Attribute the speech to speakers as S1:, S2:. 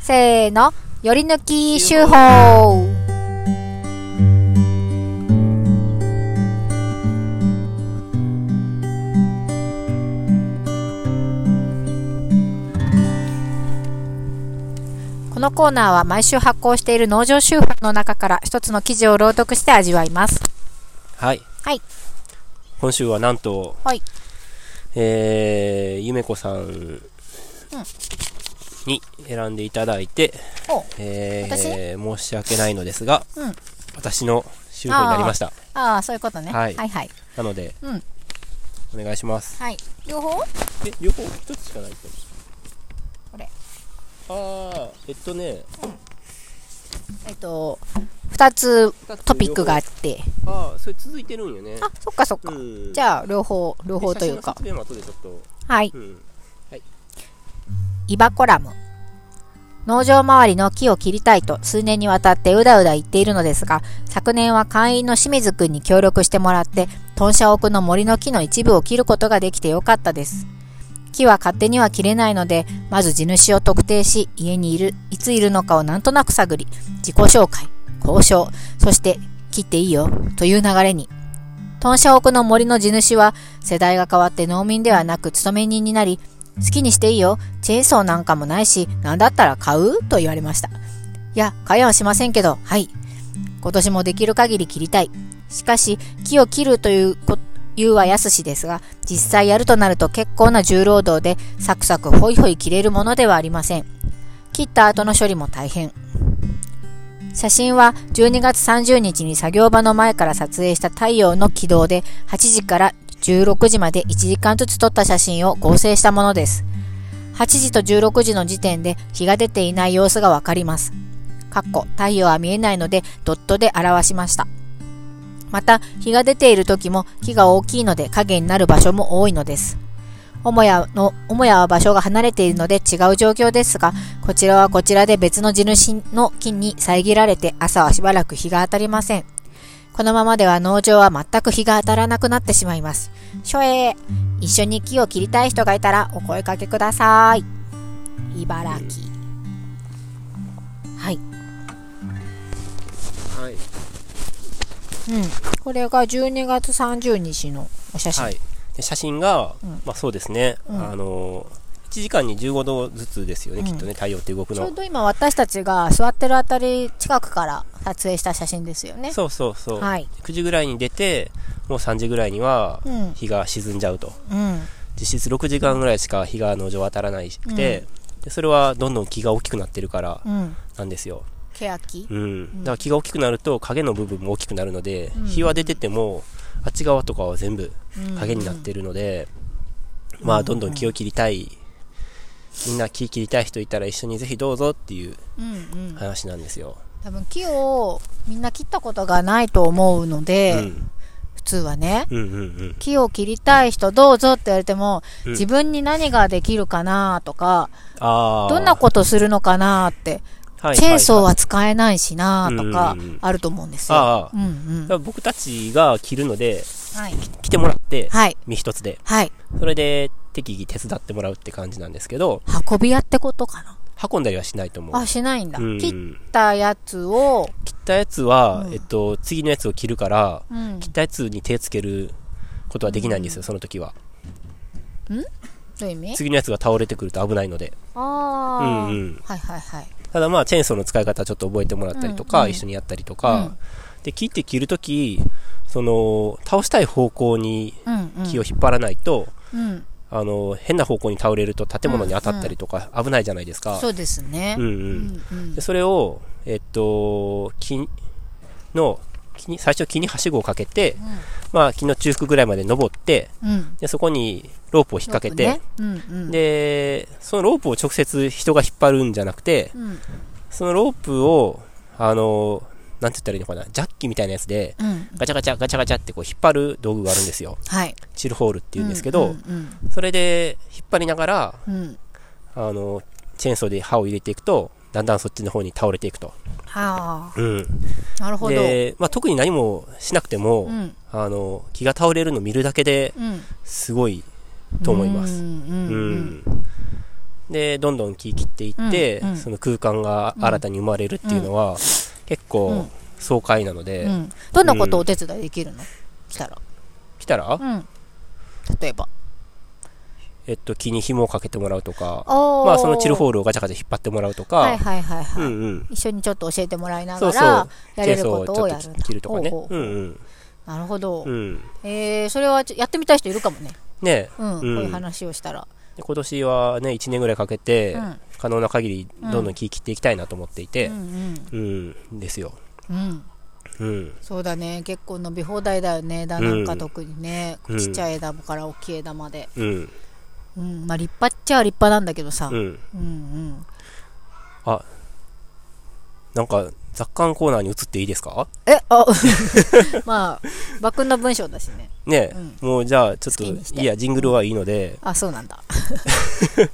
S1: せーの、より抜き手法このコーナーは毎週発行している農場週報の中から一つの記事を朗読して味わいます。
S2: はい。
S1: はい。
S2: 今週はなんと、
S1: はい。
S2: えー、ゆめこさんに選んでいただいて、
S1: お
S2: えー、申し訳ないのですが、
S1: うん
S2: 私の修法になりました。
S1: ああ、そういうことね。
S2: はい
S1: はいはい。
S2: なので、
S1: うん
S2: お願いします。
S1: はい。両方
S2: え、両方一つしかないと
S1: これ。
S2: 思う。ああ、えっとね、
S1: えっと、二つトピックがあって。
S2: ああ、それ続いてるんよね。
S1: あ、そっかそっか。
S2: うん。
S1: じゃあ、両方、両方というか
S2: 写。真の説明も後でちょっと、
S1: はい。
S2: うん。
S1: イバコラム。農場周りの木を切りたいと数年にわたってうだうだ言っているのですが、昨年は会員の清水くんに協力してもらって、豚車奥の森の木の一部を切ることができてよかったです。木は勝手には切れないので、まず地主を特定し、家にいる、いついるのかをなんとなく探り、自己紹介、交渉、そして、切っていいよ、という流れに。豚車奥の森の地主は、世代が変わって農民ではなく勤め人になり、好きにしていいよ。チェーンソーなんかもないし、なんだったら買うと言われました。いや、買いはしませんけど、はい。今年もできる限り切りたい。しかし、木を切るというこ、言うは安しですが、実際やるとなると結構な重労働で、サクサクホイホイ切れるものではありません。切った後の処理も大変。写真は12月30日に作業場の前から撮影した太陽の軌道で8時から16時まで1時間ずつ撮った写真を合成したものです。8時と16時の時点で日が出ていない様子がわかります。かっこ太陽は見えないのでドットで表しました。また日が出ている時も木が大きいので影になる場所も多いのです。母屋の、母屋は場所が離れているので違う状況ですが、こちらはこちらで別の地主の木に遮られて朝はしばらく日が当たりません。このままでは農場は全く日が当たらなくなってしまいます。しょえー一緒に木を切りたい人がいたらお声かけください。茨城。はい。
S2: はい。
S1: これが12月30日のお写真。
S2: はい、で写真が、
S1: うん
S2: まあ、そうですね、
S1: うん
S2: あの1時間に15度ずつですよね、
S1: うん
S2: きっとね、太陽って動く
S1: ちょう
S2: の。
S1: ど今私たちが座ってるあたり近くから撮影した写真ですよね。
S2: そうそうそう、
S1: はい。
S2: 9時ぐらいに出て、もう3時ぐらいには
S1: うん。
S2: 日が沈んじゃうと、
S1: うん。
S2: 実質6時間ぐらいしか日が農場当たらないくて、でそれはどんどん気が大きくなってるから
S1: うん。
S2: なんですよ、
S1: 欅
S2: うん、だから気が大きくなると、影の部分も大きくなるので、
S1: うん
S2: 日は出てても、あっち側とかは全部影になっ。てるので、まあどんどん気を切りたい、みんな気切りたい人いたら一緒にぜひどうぞっていう
S1: うんうん。うん
S2: 話なんですよ、
S1: 多分木をみんな切ったことがないと思うので、
S2: うん、
S1: 普通はね。
S2: うんうんうん
S1: 木を切りたい人どうぞって言われても、
S2: うん
S1: 自分に何ができるかなとか、
S2: ああ
S1: どんなことするのかなって、
S2: と
S1: チェーンソーは使えないしなとか
S2: うんうんうん、
S1: あると思うんですよ。
S2: ああ
S1: うんうん。
S2: 僕たちが切るので
S1: はい。
S2: 来てもらって、
S1: はい。
S2: 身一つで
S1: はい。
S2: それで適宜手伝ってもらうって感じなんですけど
S1: 運び屋ってことかな。
S2: 運んだりはしないと思う
S1: あ、しないんだ。
S2: うん
S1: 切ったやつを、
S2: 切ったやつは、
S1: うん
S2: えっと、次のやつを切るから
S1: うん
S2: 切ったやつに手つけることはできないんですよその時は
S1: どういう意味
S2: 次のやつが倒れてくると危ないのでう
S1: ああ、
S2: んうん
S1: はいはいはい。
S2: ただまあ、チェーンソーの使い方ちょっと覚えてもらったりとか、
S1: うんうん
S2: 一緒にやったりと
S1: う
S2: か
S1: ん、
S2: で、切って切るとき、その、倒したい方向に
S1: うんうん。
S2: 木を引っ張らないと、
S1: うん。
S2: あの、変な方向に倒れると建物に当たったりとか危ないじゃないですか。
S1: そうですね。
S2: うんう。
S1: うんんうん
S2: で、それを、えっと、木の、木に、最初木にはしごをかけて、まあ、木の中腹ぐらいまで登って、
S1: うん。
S2: で、そこにロープを引っ掛けて、
S1: ね、うんうん。、
S2: で、そのロープを直接人が引っ張るんじゃなくて、
S1: うん
S2: そのロープを、あの、なんて言ったらいいのかな、ジャッキみたいなやつで、
S1: うん。
S2: ガチャガチャガチャガチャってこう引っ張る道具があるんですよ。
S1: はい。って
S2: チルホールって言うんですけど、
S1: うん
S2: それで引っ張りながら、
S1: うんうん。うん
S2: あの、チェーンソーで刃を入れていくと、だんだんそっちの方に倒れていくと。
S1: は
S2: うん。
S1: あ、なるほど。
S2: で、まあ、特に何もしなくても、
S1: うん。
S2: あの、気が倒れるの見るだけで
S1: うん。
S2: すごいと思います。
S1: う
S2: うん
S1: ん。うん。
S2: で、どんどん木切っていって、
S1: うんうん
S2: その空間が新たに生まれるっていうのは、結
S1: う
S2: 構
S1: ん
S2: 爽快なので、
S1: うん、どんなことをお手伝いできるの、したら、
S2: 来たら、
S1: うん、例えば
S2: えっと、木に紐をかけてもらうとか、
S1: ま
S2: まあ、そのチルホ
S1: ー
S2: ールをガチャガチャ引っ張ってもらうとか、
S1: はいはいはいはい、
S2: うんうん。
S1: 一緒にちょっと教えてもらいなが
S2: そうそう
S1: ら。やれる
S2: チェー
S1: こ
S2: ンソ
S1: と
S2: ー
S1: を
S2: を
S1: や
S2: ち
S1: るん
S2: ょっ
S1: だ
S2: と切るとかね。
S1: ほうほう
S2: う
S1: ほうんなるほど、
S2: うん。うん。ね
S1: えー、それはちょやってみたい人いるかもね、
S2: え
S1: うん
S2: うん
S1: こういう話をしたら、
S2: で今年はね、1年ぐらいかけて、
S1: うん
S2: 可能な限りどんどん木切っていきたいなと思っていて
S1: う、ん
S2: うん、ですよ。
S1: うんうん、
S2: うん。
S1: そうだね結構伸び放題だよね枝なんか特にね、
S2: うん
S1: ちっちゃい枝から大きい枝まで、
S2: うん。
S1: うんまあ、立派っちゃ立派なんだけどさ、
S2: うん。
S1: うんうん、
S2: なんか、雑感コーナーに移っていいですか
S1: えあ まあ馬君の文章だしね
S2: ねえ、
S1: うん
S2: もうじゃあ、ちょっと、
S1: 好きにして
S2: いや、ジングルはいいので、
S1: あそうなんだ